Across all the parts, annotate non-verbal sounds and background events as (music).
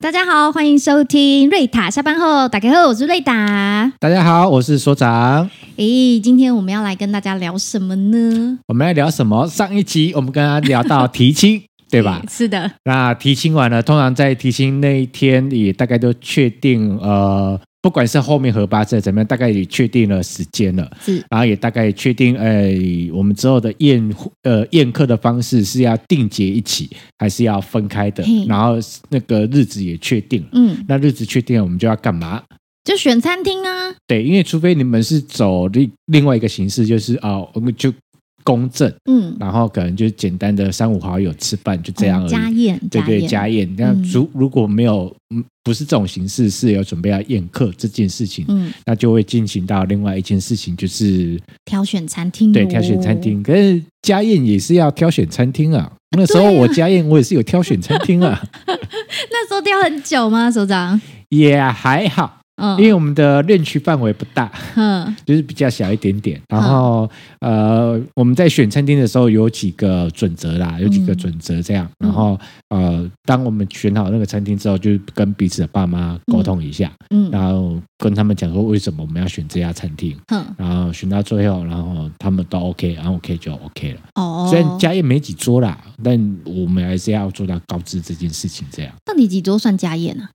大家好，欢迎收听瑞塔下班后打开后，我是瑞达。大家好，我是所长。诶，今天我们要来跟大家聊什么呢？我们来聊什么？上一集我们跟他聊到提亲，对吧诶？是的，那提亲完了，通常在提亲那一天也大概都确定，呃，不管是后面合八字怎么样，大概也确定呃了时间了，是然后也大概确定，哎，我们之后的宴会呃宴客的方式是要定结一起，还是要分开的嘿？然后那个日子也确定了，嗯，那日子确定了，我们就要干嘛？就选餐厅啊，对，因为除非你们是走另另外一个形式，就是啊、我们就公证，嗯，然后可能就是简单的三五好友吃饭，就这样而嗯已。家宴，对对，宴家宴。那嗯如如果没有，嗯不是这种形式，是有准备要宴客这件事情，嗯，那就会进行到另外一件事情，就是挑选餐厅、哦对挑选餐。厅。可是家宴也是要挑选餐厅啊。那时候对啊我家宴，我也是有挑选餐厅 (laughs) 啊，那时候挑很久吗，首长？也还好，嗯，因为我们的练区范围不大。嗯就是比较小一点点。然后、呃，我们在选餐厅的时候有几个准则啦，有几个准则这样。嗯然后呃，当我们选好那个餐厅之后，就是跟彼此的爸妈沟通一下，嗯然后跟他们讲说为什么我们要选这家餐厅。哼，然后选到最后，然后他们都 OK，然后 OK 就 OK 了。哦，虽然家宴没几桌啦，但我们还是要做到高知这件事情。这样，到底几桌算家宴啊？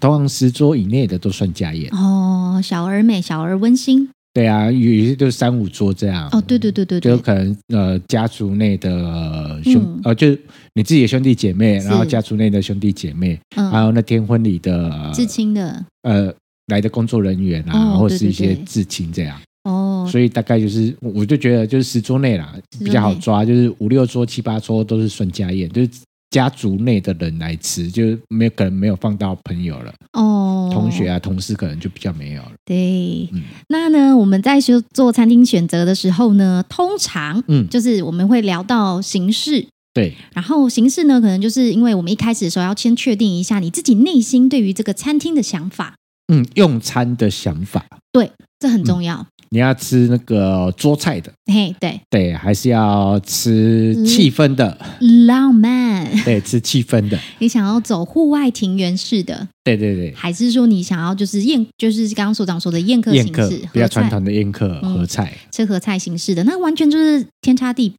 通常十桌以内的都算家宴。哦，小而美，小而温馨。对啊，有有些就三五桌这样。哦，对对对对就对，可能呃家族内的呃兄、嗯呃，就是你自己的兄弟姐妹，是然后家族内的兄弟姐妹，还嗯，有那天婚礼的至亲的。呃来的工作人员啊，哦或者是对对一些对至亲这样。哦，所以大概就是，我我就觉得就是十桌内啦，桌内比较好抓，就是五六桌、七八桌都是算家宴，就是家族内的人来吃，就是没有可能没有放到朋友了，哦，同学啊、同事可能就比较没有了。对，嗯那呢，我们在学做餐厅选择的时候呢，通常嗯，就是我们会聊到形式，对，然后形式呢，可能就是因为我们一开始的时候要先确定一下你自己内心对于这个餐厅的想法，嗯，用餐的想法，这很重要。你要吃那个桌菜的。嘿，对，对，还是要吃嗯气氛的， (laughs) 浪漫，对，吃气氛的，你想要走户外庭园式的，对对对，还是说你想要就是宴，就是刚刚所长说的宴客宴形客式，比较合传菜统的宴客嗯合菜，吃合菜形式的，那完全就是天差地，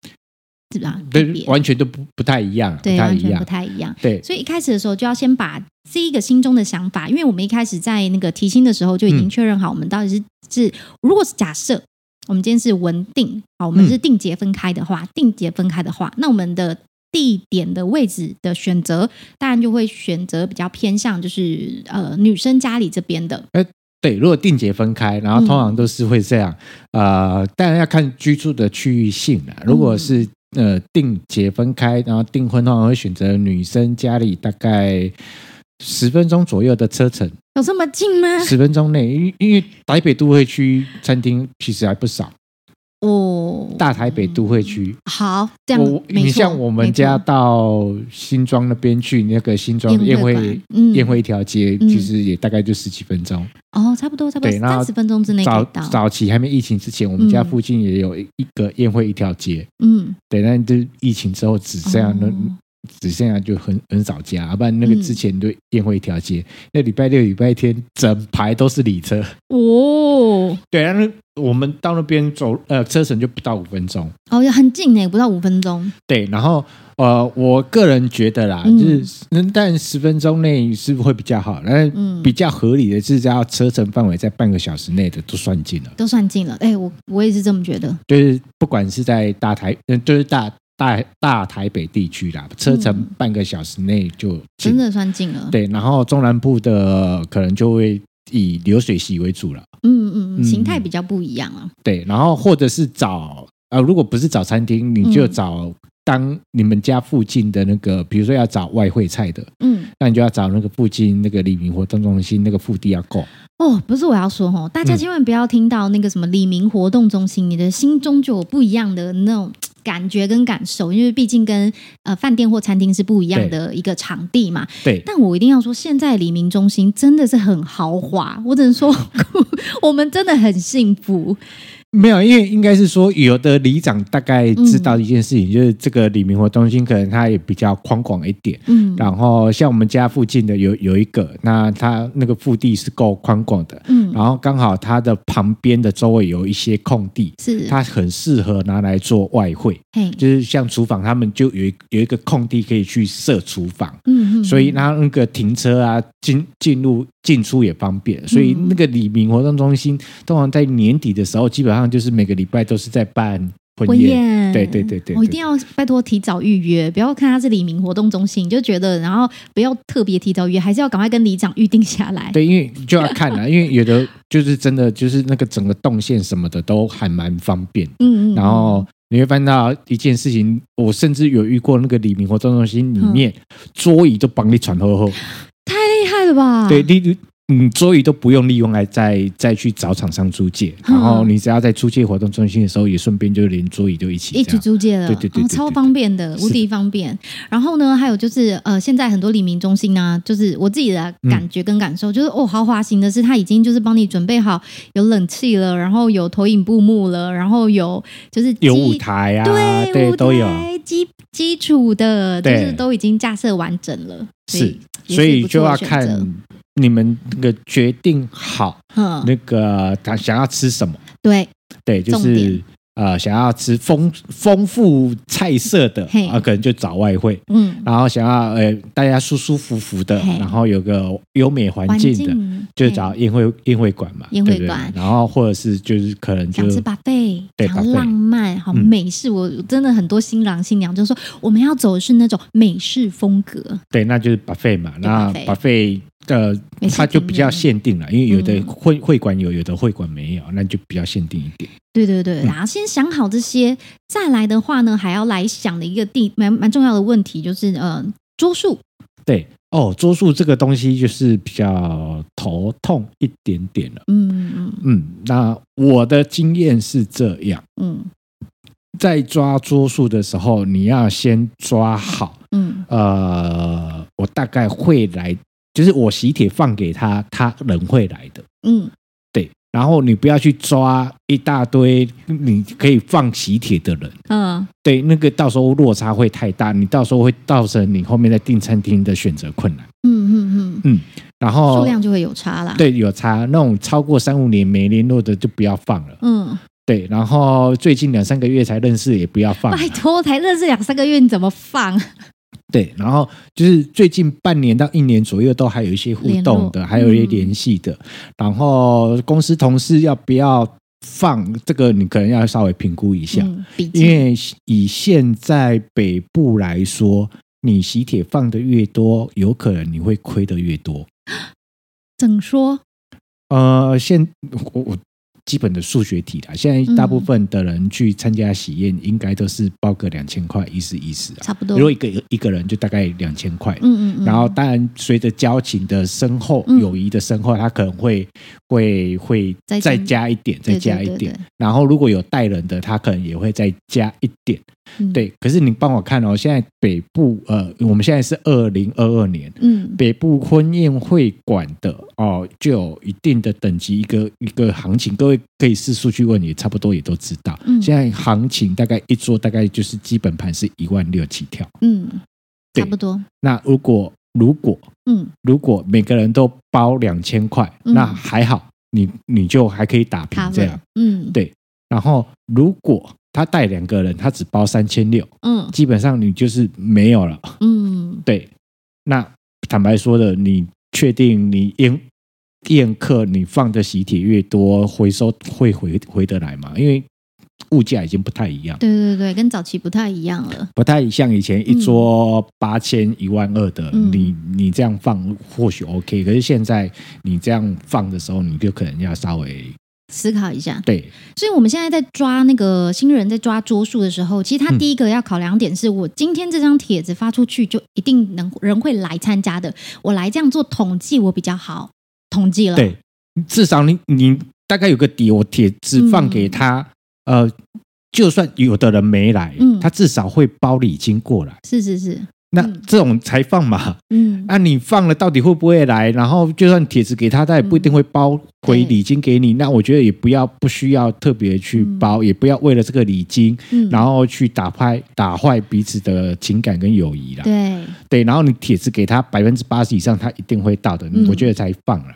是吧？地对，别完全都不不太一样，不对，太完一全不样，太一样。对，所以一开始的时候就要先把这一个心中的想法，因为我们一开始在那个提亲的时候就已经嗯确认好，我们到底是、是如果是假设我们今天是文定，好，我们嗯是定结分开的话，定结分开的话，那我们的地点的位置的选择，当然就会选择比较偏向就是呃女生家里这边的，对，如果定节分开，然后嗯通常都是会这样，呃，当然要看居住的区域性啦。嗯如果是呃定节分开，然后订婚的话，我会选择女生家里大概十分钟左右的车程，有这么近吗？十分钟内，因因为台北都会区餐厅其实还不少，哦，嗯大台北都会区。好，这样我没错你像我们家没错到新庄那边去，那个新庄宴会馆嗯宴会一条街，嗯其实也大概就十几分钟。哦，差不多差不多对，然后三十分钟之内可早以到，早期还没疫情之前，我们家嗯附近也有一一个宴会一条街。嗯，对，但就是疫情之后只剩下那、哦只剩下就很很少家，要不然那个嗯之前就宴会一条街，那礼拜六、礼拜天整排都是礼车。哦，对，然后我们到那边走呃车程就不到五分钟。哦，也很近呢，不到五分钟。对，然后呃，我个人觉得啦，嗯就是嗯，但十分钟内是不是会比较好？但嗯是比较合理的是，只要车程范围在半个小时内的都算进了。都算近了。哎、我我也是这么觉得。就是不管是在大台，嗯，就是大大大台北地区啦，车程嗯半个小时内就真进。的算近了，对，然后中南部的可能就会以流水席为主了。嗯嗯嗯，嗯形态比较不一样啊。对，然后或者是找呃，如果不是找餐厅，你就嗯找当你们家附近的那个，比如说要找外汇菜的，嗯，那你就要找那个附近那个李明活动中心那个腹地要够。哦，不是我要说哦，大家嗯千万不要听到那个什么李明活动中心，你的心中就有不一样的那种嘖感觉跟感受，因为毕竟跟呃饭店或餐厅是不一样的一个场地嘛。对，但我一定要说，现在李明中 (laughs) 心真的是很豪华，我只能说我们真的很幸福。没有，因为应该是说，有的里长大概知道一件事情，就是这个李明活中心可能它也比较宽广一点。嗯然后像我们家附近的有有一个，那它那个腹地是够宽广的，嗯，然后刚好它的旁边的周围有一些空地，是，它很适合拿来做外汇，嘿，就是像厨房，他们就有一有一个空地可以去设厨房。嗯嗯，所以那那个停车啊，进进入进出也方便，所以嗯那个李明活动中心通常在年底的时候，基本上就是每个礼拜都是在办婚婚宴。宴，哦对对对对我一对定要拜托提早预约，不要看它是李明活动中心你就觉得，然后不要特别提早预约，还是要赶快跟里长预定下来。对，因为就要看了，因为有的就是真的就是那个整个动线什么的都还蛮方便。嗯，嗯嗯，然后你会翻到一件事情，我甚至有遇过那个李明活动中心里面、嗯桌椅都帮你传后后，太厉害了吧？对，例如嗯，桌椅都不用利用来再再去找厂商租借，然后嗯你只要在租借活动中心的时候，也顺便就连桌椅都一起一这起样。租借了，对对对对哦对超对方便的，是无敌方便。然后呢，还有就是呃，现在很多黎明中心啊，就是我自己的嗯感觉跟感受，就是哦，豪华型的是它已经就是帮你准备好有冷气了，然后有投影布幕了，然后有就是有基舞、台啊，对对舞台都有，基基础的，就对是都已经架设完整了，所以也所是以不就错的要选看择你们那个决定好嗯，那个他想要吃什么，对，对，就重是点呃想要吃丰丰富菜色的嘿啊，可能就找外汇。嗯，然后想要呃大家舒舒服服的嘿，然后有个优美环环境的，境就找宴会宴会馆嘛，嗯宴会对不对馆然后或者是就是可能就想吃巴贝，对想 buffet 浪漫，好嗯美式。我真的很多新郎新娘就说，我们要走的是那种美式风格，对，那就是 buffet 嘛，对那 buffet buffet 呃美式它就平比较民限定了，因为有的嗯会会馆有，有的会馆没有，那就比较限定一点。对对嗯对，然后先想好这些，再来的话呢，还要来想的一个地蛮蛮重要的问题就是，呃，桌数，对哦，桌数这个东西就是比较头痛一点点了。嗯嗯，那我的经验是这样，嗯在抓桌数的时候，你要先抓好。嗯嗯，呃，我大概会来，就是我喜帖放给他，他人会来的。嗯，对，然后你不要去抓一大堆你可以放喜帖的人，嗯，对，那个到时候落差会太大，你到时候会造成你后面在订餐厅的选择困难。嗯嗯嗯，然后数量就会有差啦。，哦对有差，那种超过三五年没联络的就不要放了。嗯，对，然后最近两三个月才认识也不要放了。拜托，才认识两三个月，你怎么放？对，然后就是最近半年到一年左右，都还有一些互动联络的，还有一些联系的。然后公司同事要不要放这个，你可能要稍微评估一下，嗯，笔啊因记，为以现在北部来说，你喜帖放的越多，有可能你会亏的越多。怎说？呃，现我我基本的数学题啦，现在大部分的人去参加喜宴，应该都是包个两千块，意思意思啊。差不多如。果一个一个人就大概两千块，嗯嗯嗯，然后，当然，随着交情的深厚、嗯友谊的深厚，他可能会会会再再增加一点，再对加一对对点。然后，如果有带人的，他可能也会再加一点。嗯，对，可是你帮我看哦，现在北部呃，我们现在是二零二二年，嗯，北部婚宴会馆的哦，就有一定的等级，一个一个行情，各位可以四处去问，也差不多也都知道。嗯现在行情大概一桌大概就是基本盘是一万六起跳。嗯，对差不多，那如果如果嗯如果每个人都包两千块，嗯那还好，你你就还可以打平这，cover，样。嗯，对然后如果他带两个人，他只包三千六，嗯基本上你就是没有了。嗯，对，那坦白说的，你确定你宴宴客你放的喜帖越多，回收会回回得来吗？因为物价已经不太一样，对对对，跟早期不太一样了，不太像以前一桌八千一万二的，嗯你你这样放或许 OK，可是现在你这样放的时候，你就可能要稍微思考一下。对所以我们现在在抓那个新人在抓桌数的时候，其实他嗯第一个要考量点是、我今天这张帖子发出去，就一定能人会来参加的。我来这样做统计，我比较好统计了。，对，至少你你大概有个底，我帖子放给他，呃，就算有的人没来，嗯他至少会包礼金过来。是是是，那嗯这种才放嘛。嗯，那、你放了，到底会不会来？然后就算帖子给他，他也不一定会包回嗯礼金给你。那我觉得也不要不需要特别去包，也不要为了这个礼金，嗯然后去打坏打坏彼此的情感跟友谊啦。嗯对，对，然后你帖子给他百分之八十以上，他一定会到的。嗯我觉得才放啊啦。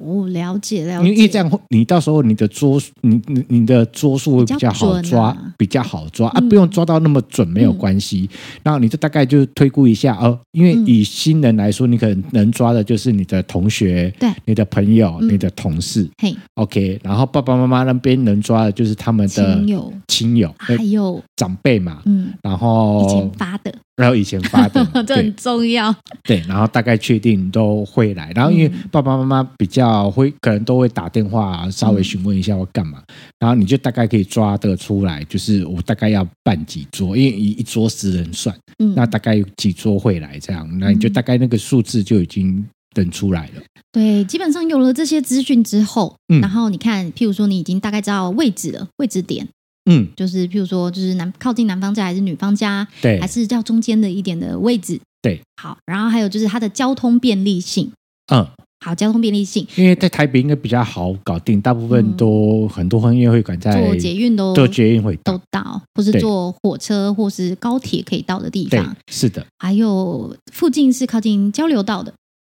我、哦了解了因解，为因为这样会，你到时候你的桌数，你你你的桌数会比较好比较准抓，啊比较好抓啊，嗯不用抓到那么准没有关系。然后你就大概就推估一下哦，因为嗯以新人来说，你可能能抓的就是你的同学、对你的朋友、嗯你的同事嘿， ，OK。然后爸爸妈妈那边能抓的就是他们的亲友亲友、呃还有长辈嘛，嗯，然以前后发的， (laughs) 然后以前发的嘛，这对很重要，对，然后大概确定都会来，然后因为嗯爸爸妈妈比较会，可能都会打电话稍微询问一下要干嘛，然后你就大概可以抓得出来，就是我大概要办几桌，因为一一桌十人算，嗯，那大概有几桌会来这样，那你就嗯大概那个数字就已经等出来了。对，基本上有了这些资讯之后，嗯然后你看，譬如说你已经大概知道位置了，位置点嗯，就是譬如说就是南靠近男方家还是女方家，对还，是较中间的一点的位置，对，好，然后还有就是它的交通便利性，嗯，好，交通便利性，因为在台北应该比较好搞定，大部分都、很多婚宴会馆在坐捷运都做哎捷运会到都到，或是对坐火车或是高铁可以到的地对方，，是的，还有附近是靠近交流道的，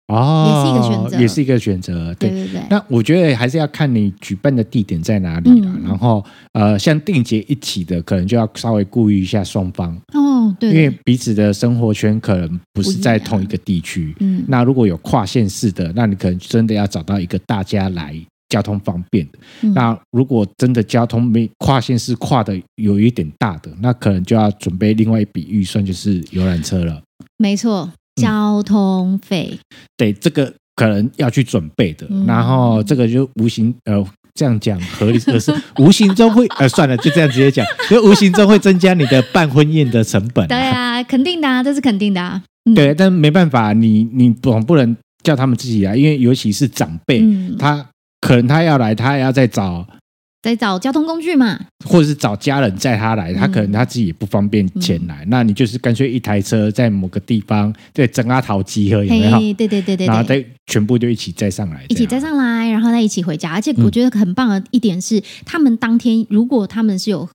哦，也也是是一个选择，对对。对对，那我觉得还是要看你举办的地点在哪里嗯啦。然后呃，像定节一起的，可能就要稍微顾虑一下双方，哦，对，因对为彼此的生活圈可能不是在不一样同一个地区。嗯，那如果有跨县市的，那你可能真的要找到一个大家来交通方便的。嗯那如果真的交通没跨县市跨的有一点大的，那可能就要准备另外一笔预算，就是游览车了。没错，嗯交通费，对，这个可能要去准备的。嗯然后这个就无形呃，这样讲合理呃的是无形中会呃算了，就这样直接讲，就无形中会增加你的办婚宴的成本、对啊，肯定的啊，这是肯定的啊，嗯 (laughs) 对，但没办法，你你总不能叫他们自己来，啊因为尤其是长辈，嗯，他可能他要来，他也要再找。在找交通工具嘛，或者是找家人载他来，他嗯可能他自己也不方便前来，那你就是干脆一台车在某个地方，对，整阿桃集合有没有？嘿，对对对对然后对。哎再全部就一起载上来，一起这载样上来，然后再一起回家。嗯而且我觉得很棒的一点是，他们当天如果他们是有喝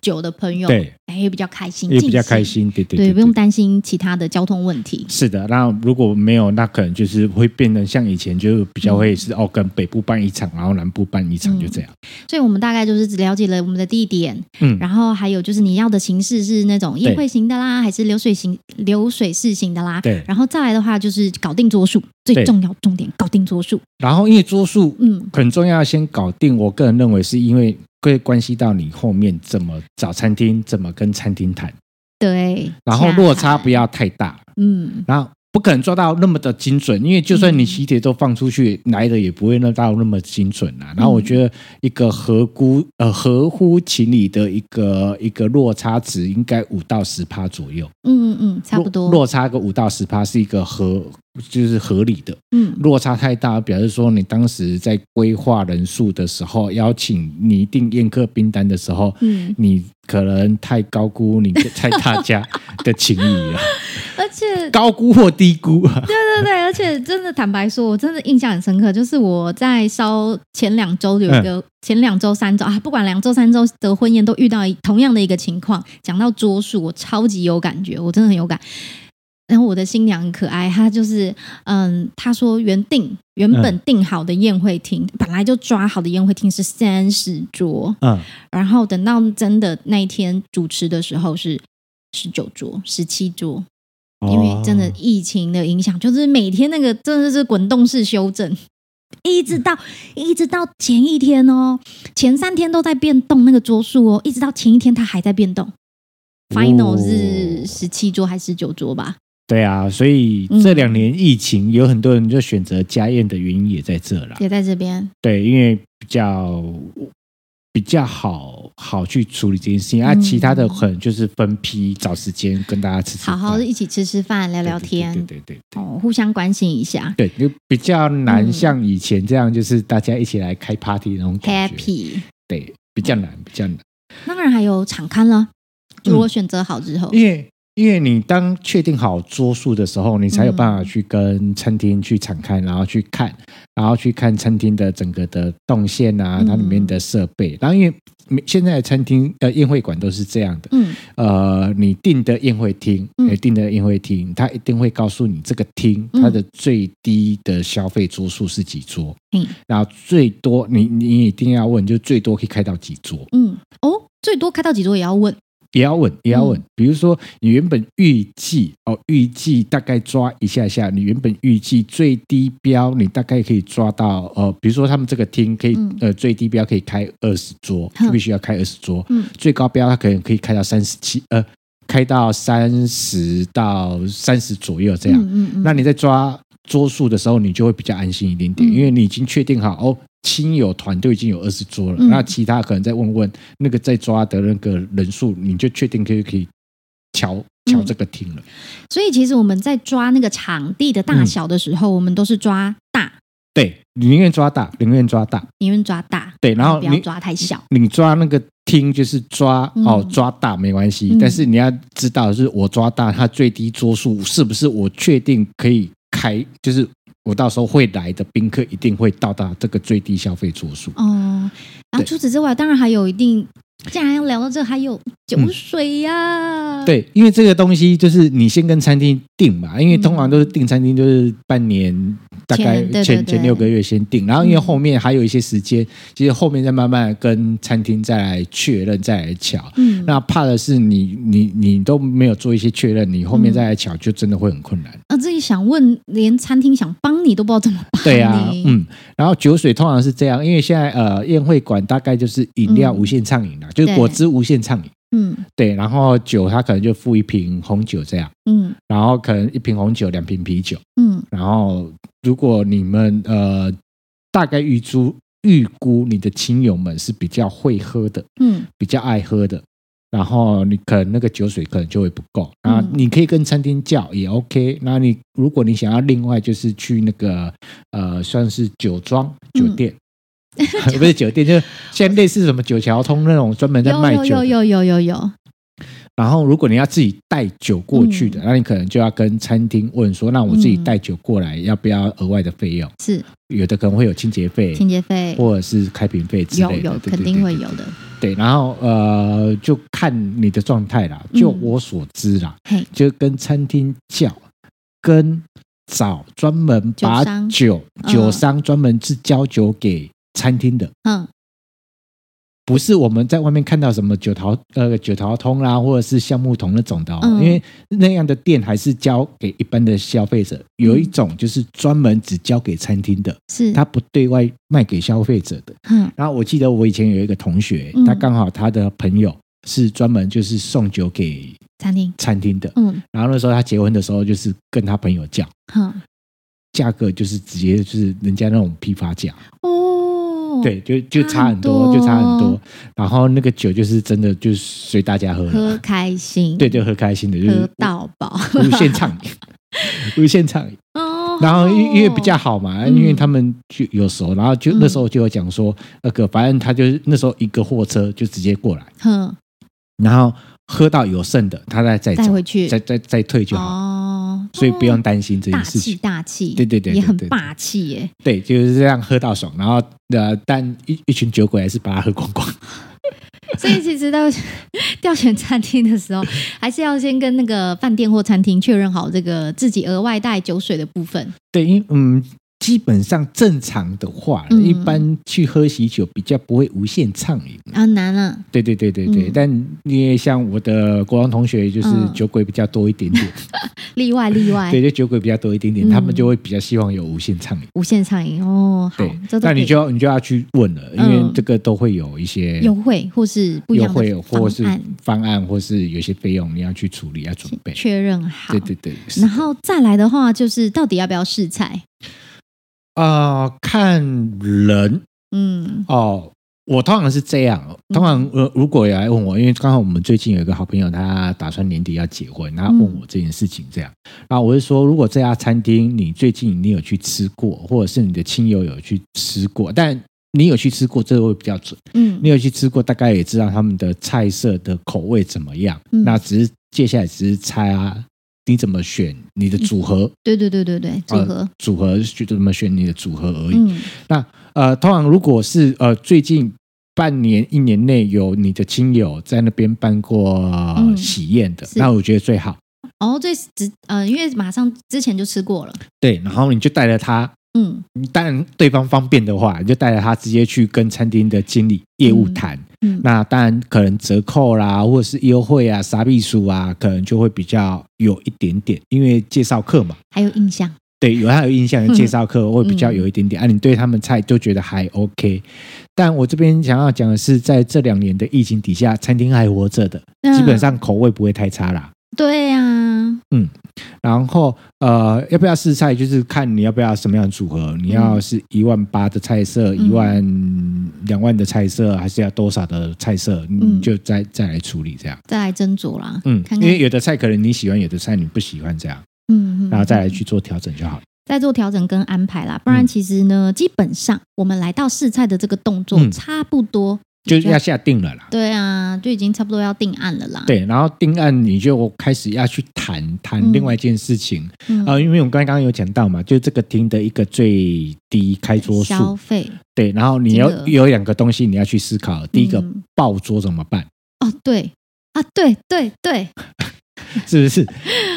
酒的朋友，对，哎，也比较开心，也比尽较兴开，心，对对对，不用担心其他的交通问题。是的，那如果没有，那可能就是会变成像以前，就比较会是哦，跟北部办一场，然后南部办一嗯场，就这样。所以我们大概就是只了解了我们的地点，嗯，然后还有就是你要的形式是那种宴会型的啦，还是流水型、流水式型的啦。对。然后再来的话就是搞定桌数，最对重要重点搞定桌数。然后因为桌数嗯，很重要，先搞定。我个人认为是因为会关系到你后面怎么找餐厅，怎么跟餐厅谈，对。然后落差洽谈不，要太大，嗯，然后。不可能做到那么的精准，因为就算你嗯喜帖都放出去，来的也不会那到那么精准啊。然后我嗯觉得一个合估呃合乎情理的一个一个落差值应该五到十趴左右，嗯嗯嗯，差不落多。落差个五到十趴是一个合就是合理的，嗯，落差太大，表示说你当时在规划人数的时候，邀请拟定宴客冰单的时候，嗯你可能太高估你在大家的情谊了，而且 (laughs) 高估或低 (laughs) 估啊。对对对，而且真的坦白说，我真的印象很深刻，就是我在烧前两周有一个、前两周三周啊，不管两周三周的婚宴都遇到一同样的一个情况。讲到桌数，我超级有感觉，我真的很有感。然后我的新娘很可爱，她就是嗯，她说原定原本定好的宴会厅，本来就抓好的宴会厅是三十桌，嗯，然后等到真的那一天主持的时候是十九桌、十七桌，因为真的哦疫情的影响，就是每天那个真的是滚动式修正，一嗯直到一直到前一天哦，前三天都在变动那个桌数哦，一直到前一天它还在变动。Final 哦是十七桌还是十九桌吧？对啊，所以嗯这两年疫情，有很多人就选择家宴的原因也在这啦。也在这边，对，因为比较比较好好去处理这件事情，啊，嗯其他的可能就是分批找时间跟大家吃吃好饭，好的一起吃吃饭、聊对聊天，对对对对哦，互相关心一下对，对就比较难嗯像以前这样，就是大家一起来开 party 那种感觉，happy。对，比较难，比较难，当然还有场刊了，嗯如果选择好之后，因为因为你当确定好桌数的时候，你才有办法去跟餐厅去敞开，然后去看，然后去看餐厅的整个的动线啊，嗯它里面的设备。然后因为现在的餐厅呃宴会馆都是这样的，嗯呃，你订的宴会厅，呃嗯你订的宴会厅，它一定会告诉你这个厅嗯它的最低的消费桌数是几桌，嘿然后最多你你一定要问，就最多可以开到几桌。嗯，哦，最多开到几桌也要问，也要嗯稳，也要稳。比如说，你原本预计哦，预计大概抓一下下，你原本预计最低标，你大概可以抓到呃，比如说他们这个厅可以、嗯呃最低标可以开二十桌，哼就必须要开二十桌，嗯最高标它可能可以开到三十七呃，开到三十到三十左右这样。嗯嗯嗯，那你在抓桌数的时候，你就会比较安心一点点，嗯因为你已经确定好哦，亲友团队已经有二十桌了，嗯那其他可能再问问那个在抓的那个人数，你就确定可以可以瞧嗯瞧这个厅了。所以其实我们在抓那个场地的大小的时候，我们都是抓大，对，你宁愿抓大，宁愿抓大，宁愿抓大，对，然后不要你抓太小。你抓那个厅就是抓、嗯哦，抓大没关系，嗯但是你要知道，就是我抓大，它最低桌数是不是我确定可以开，就是。我到时候会来的宾客一定会到达这个最低消费桌数。哦，然后对除此之外，当然还有一定。既然要聊到这，还有酒水呀、嗯嗯对，因为这个东西就是你先跟餐厅定嘛，因为通常都是订餐厅，就是半年大概前对对前对前六个月先定，然后因为嗯后面还有一些时间，其实后面再慢慢跟餐厅再来确认，再来瞧。嗯，那怕的是你你你都没有做一些确认，你后面再来瞧就真的会很困难。啊，自己想问，连餐厅想帮你都不知道怎么帮你。对啊，嗯，然后酒水通常是这样，因为现在呃宴会馆大概就是饮料嗯无限畅饮啦，啊就是对果汁无限畅饮，嗯对，然后酒它可能就付一瓶红酒这样。嗯然后可能一瓶红酒，两瓶啤酒。嗯然后如果你们呃大概预估预估你的亲友们是比较会喝的，嗯比较爱喝的，然后你可能那个酒水可能就会不够。嗯啊，你可以跟餐厅叫也 OK。那你如果你想要另外就是去那个呃算是酒庄酒店。嗯 (laughs) 不是酒店，就是像类似什么九桥通那种专门在卖有酒有的有有有有，然后，如果你要自己带酒过去嗯的，那你可能就要跟餐厅问说，那我自己带酒过来，要不要额外的费用？是有的可能会有清洁费，清洁费或者是开瓶费之有类的，有对肯定会。有的。对对对，然后呃，就看你的状态啦。嗯就我所知啦，嘿，就跟餐厅叫，跟找专门把酒商酒嗯酒商专门是交酒给餐厅的，嗯不是我们在外面看到什么九桃呃九桃通啦、或者是橡木桶那种的、哦，嗯因为那样的店还是交给一般的消费者。有一种就是专门只交给餐厅的，是，它不对外卖给消费者的。嗯然后我记得我以前有一个同学嗯，他刚好他的朋友是专门就是送酒给餐厅，餐厅的，嗯然后那时候他结婚的时候就是跟他朋友叫，哼价格就是直接就是人家那种批发价。哦，，对，就就差很啊差多，很多就差很多。然后那个酒就是真的就是随大家喝了，喝开心，对，就喝开心的，就喝是到饱无限畅 (laughs) 饮，无限畅饮。哦。 (laughs) 然后因因为比较好嘛，嗯因为他们就有熟，然后就嗯那时候就有讲说，那个反正他就是那时候一个货车就直接过来，哼，然后喝到有剩的，他再再再走回去再再再退就好，哦，所以不用哦担心这大件事气情。大气，对对对也对很对对霸气耶。对，就是这样喝到爽，然后呃，但一一群酒鬼还是把它喝光 (laughs) 光。所以其实到 (laughs) 调选餐厅的时候，还是要先跟那个饭店或餐厅确认好这个自己额外带酒水的部分。对，因为嗯，基本上正常的话，嗯一般去喝喜酒比较不会无限畅饮。啊，难了，对对对对对，嗯但因为像我的国王同学，就是嗯酒鬼比较多 (laughs) 一点点，例外例外对，，就酒鬼比较多一点点，嗯他们就会比较希望有无限畅饮。无限畅饮哦。好对，这，都那可以你就要你就要去问了，因嗯为这个都会有一些优惠或是不一优样惠的或是方案方案，或是有些费用你要去处理，要准备。确认好对。对对，是然后再来的话，就是到底要不要试菜？啊、看人嗯哦，我通常是这样，嗯通常呃，如果有来问我，因为刚好我们最近有一个好朋友，他打算年底要结婚，然后问我这件事情这样，然后我就说，如果这家餐厅你最近你有去吃过，或者是你的亲友有去吃过，但你有去吃过，这个会比较准。嗯你有去吃过，大概也知道他们的菜色的口味怎么样。嗯那只是接下来只是猜啊，你怎么选你的组合，对对对对对，组合呃，组合去怎么选你的组合而已。嗯呃，通常如果是呃最近半年、一年内有你的亲友在那边办过、呃嗯喜宴的，是那我觉得最好。哦，最只呃，因为马上之前就吃过了，对，然后你就带着他，嗯当然对方方便的话，你就带着他直接去跟餐厅的经理业务谈。嗯，那当然可能折扣啦，或者是优惠啊、啥秘书啊，可能就会比较有一点点，因为介绍客嘛。还有印象，对，有他有印象的介绍课会比较有一嗯点点、啊，你对他们菜就觉得还 OK。但我这边想要讲的是，在这两年的疫情底下，餐厅还活着的，基本上口味不会太差啦。嗯对呀、啊，然后呃，要不要试菜，就是看你要不要什么样的组合。你要是一万八的菜色，一、嗯万两万的菜色，还是要多少的菜色，你嗯就再再来处理这样。再来斟酌啦，嗯，看因看为，有的菜可能你喜欢，有的菜你不喜欢这样，嗯嗯，然后再来嗯去做调整就好。再做调整跟安排啦，不然嗯其实呢，基本上我们来到试菜的这个动作嗯差不多，就是要下定了啦。对啊，就已经差不多要定案了啦，，对，然后定案你就开始要去谈谈嗯另外一件事情嗯啊、呃因为我们刚刚有讲到嘛，就这个厅的一个最低开桌嗯消数，费对，然后你要金额有两个东西你要去思考，第一个嗯爆桌怎么办， (laughs) 哦，对啊，对对对，是不是？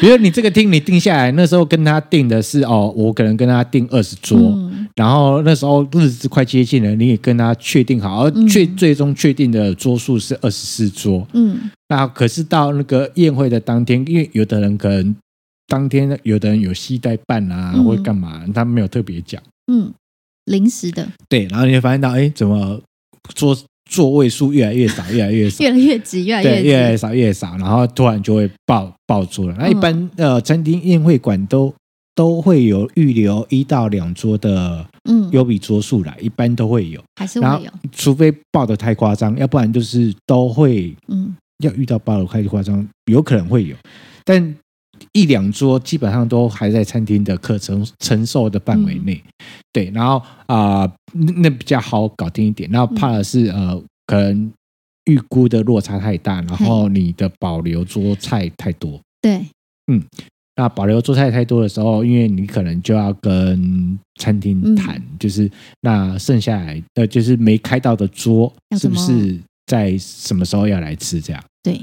比如你这个厅你定下来，那时候跟他定的是哦，我可能跟他定二十桌。嗯然后那时候日子快接近了，你也跟他确定好，而嗯最、最终确定的桌数是二十四桌。嗯那可是到那个宴会的当天，因为有的人可能当天有的人有系带办啊，嗯或干嘛，他没有特别讲。嗯，临时的对，然后你会发现到，哎，怎么座座位数越来越少，越来 (laughs) 越少。越来越急，越来对，越越来越急，少，越来越少，然后突然就会爆爆桌了。那一般、呃，餐厅宴会馆都都会有预留一到两桌的嗯，优比桌数啦，一般都会有，还是然会后有，除非爆的太夸张，要不然就是都会嗯要遇到八楼开夸张，有可能会有，但一两桌基本上都还在餐厅的可承承受的范围内。嗯对，然后啊、那那比较好搞定一点。嗯然后怕的是、呃，可能预估的落差太大，然后你的保留桌菜太多。对，那保留桌菜太多的时候，因为你可能就要跟餐厅谈，嗯就是那剩下来呃，就是没开到的桌要，是怎不么是在什么时候要来吃这样？对，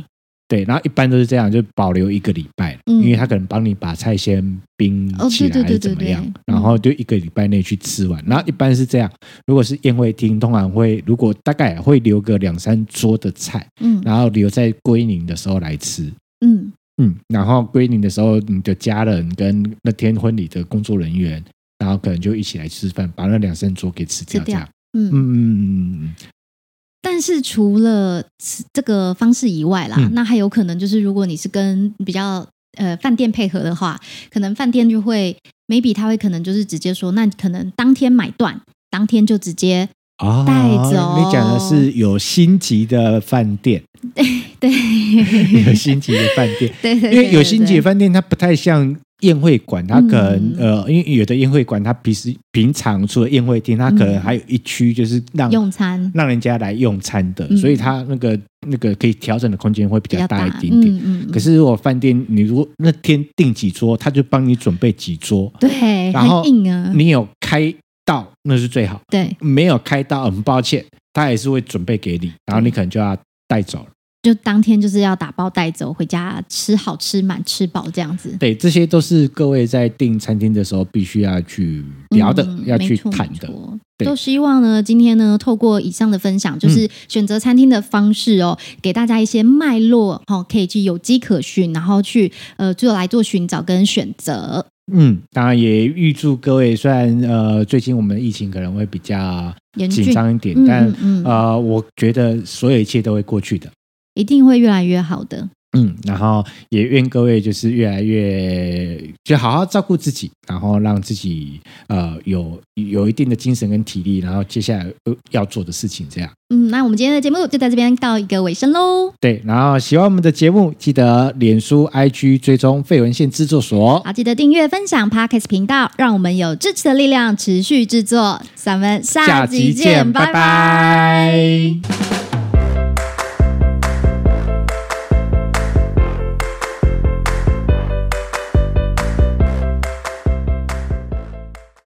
对，然后一般都是这样，就保留一个礼拜，嗯因为他可能帮你把菜先冰哦起来对对对还是怎么对对样，嗯然后就一个礼拜内去吃完。然后一般是这样，如果是宴会厅，通常会如果大概会留个两三桌的菜，嗯然后留在归零的时候来吃。嗯嗯，然后归零的时候，你的家人跟那天婚礼的工作人员，然后可能就一起来吃饭，把那两三桌给吃吃掉。这掉样，嗯嗯。嗯嗯嗯嗯，但是除了此这个方式以外啦，嗯那还有可能就是，如果你是跟比较呃饭店配合的话，可能饭店就会 maybe 他会可能就是直接说，那你可能当天买断，当天就直 (laughs) 接哦，带走你讲的是有星级的饭店。 (laughs) 对有星级的饭店，对对，因为有星级的对饭店它不太像宴会馆，它可能、嗯呃，因为有的宴会馆它平时平常除了宴会厅，它可能嗯还有一区就是让对用餐让人家来用餐的，嗯所以它那个那个可以调整的空间会比比较较大大一点点。嗯嗯，嗯可是如果饭店你如果那天订几桌，他就帮你准备几桌，对然后很硬啊，你有开到那是最好，对，没有开到很抱歉，他也是会准备给你，然后你可能就要带走了。就当天就是要打包带走回家吃好吃满吃饱这样子，对，这些都是各位在订餐厅的时候必须要去聊的，嗯要去没错谈没的。错对嗯都希望呢，今天呢，透过以上的分享，就是选择餐厅的方式哦，给大家一些脉络，哦，可以去有迹可循，然后去呃，做来做寻找跟选择。嗯，当然也预祝各位，虽然呃最近我们的疫情可能会比较严紧峻，张一点，嗯但嗯嗯，呃我觉得所有一切都会过去的。一定会越来越好的。嗯，然后也愿各位就是越来越就好好照顾自己，然后让自己呃有有一定的精神跟体力，然后接下来呃要做的事情这样。嗯，那我们今天的节目就在这边到一个尾声喽。对，然后喜欢我们的节目，记得脸书、IG 追踪费文献制作所。好，记得订阅、分享 Podcast 频道，让我们有支持的力量持续制作。咱们下下集集见，见，拜拜拜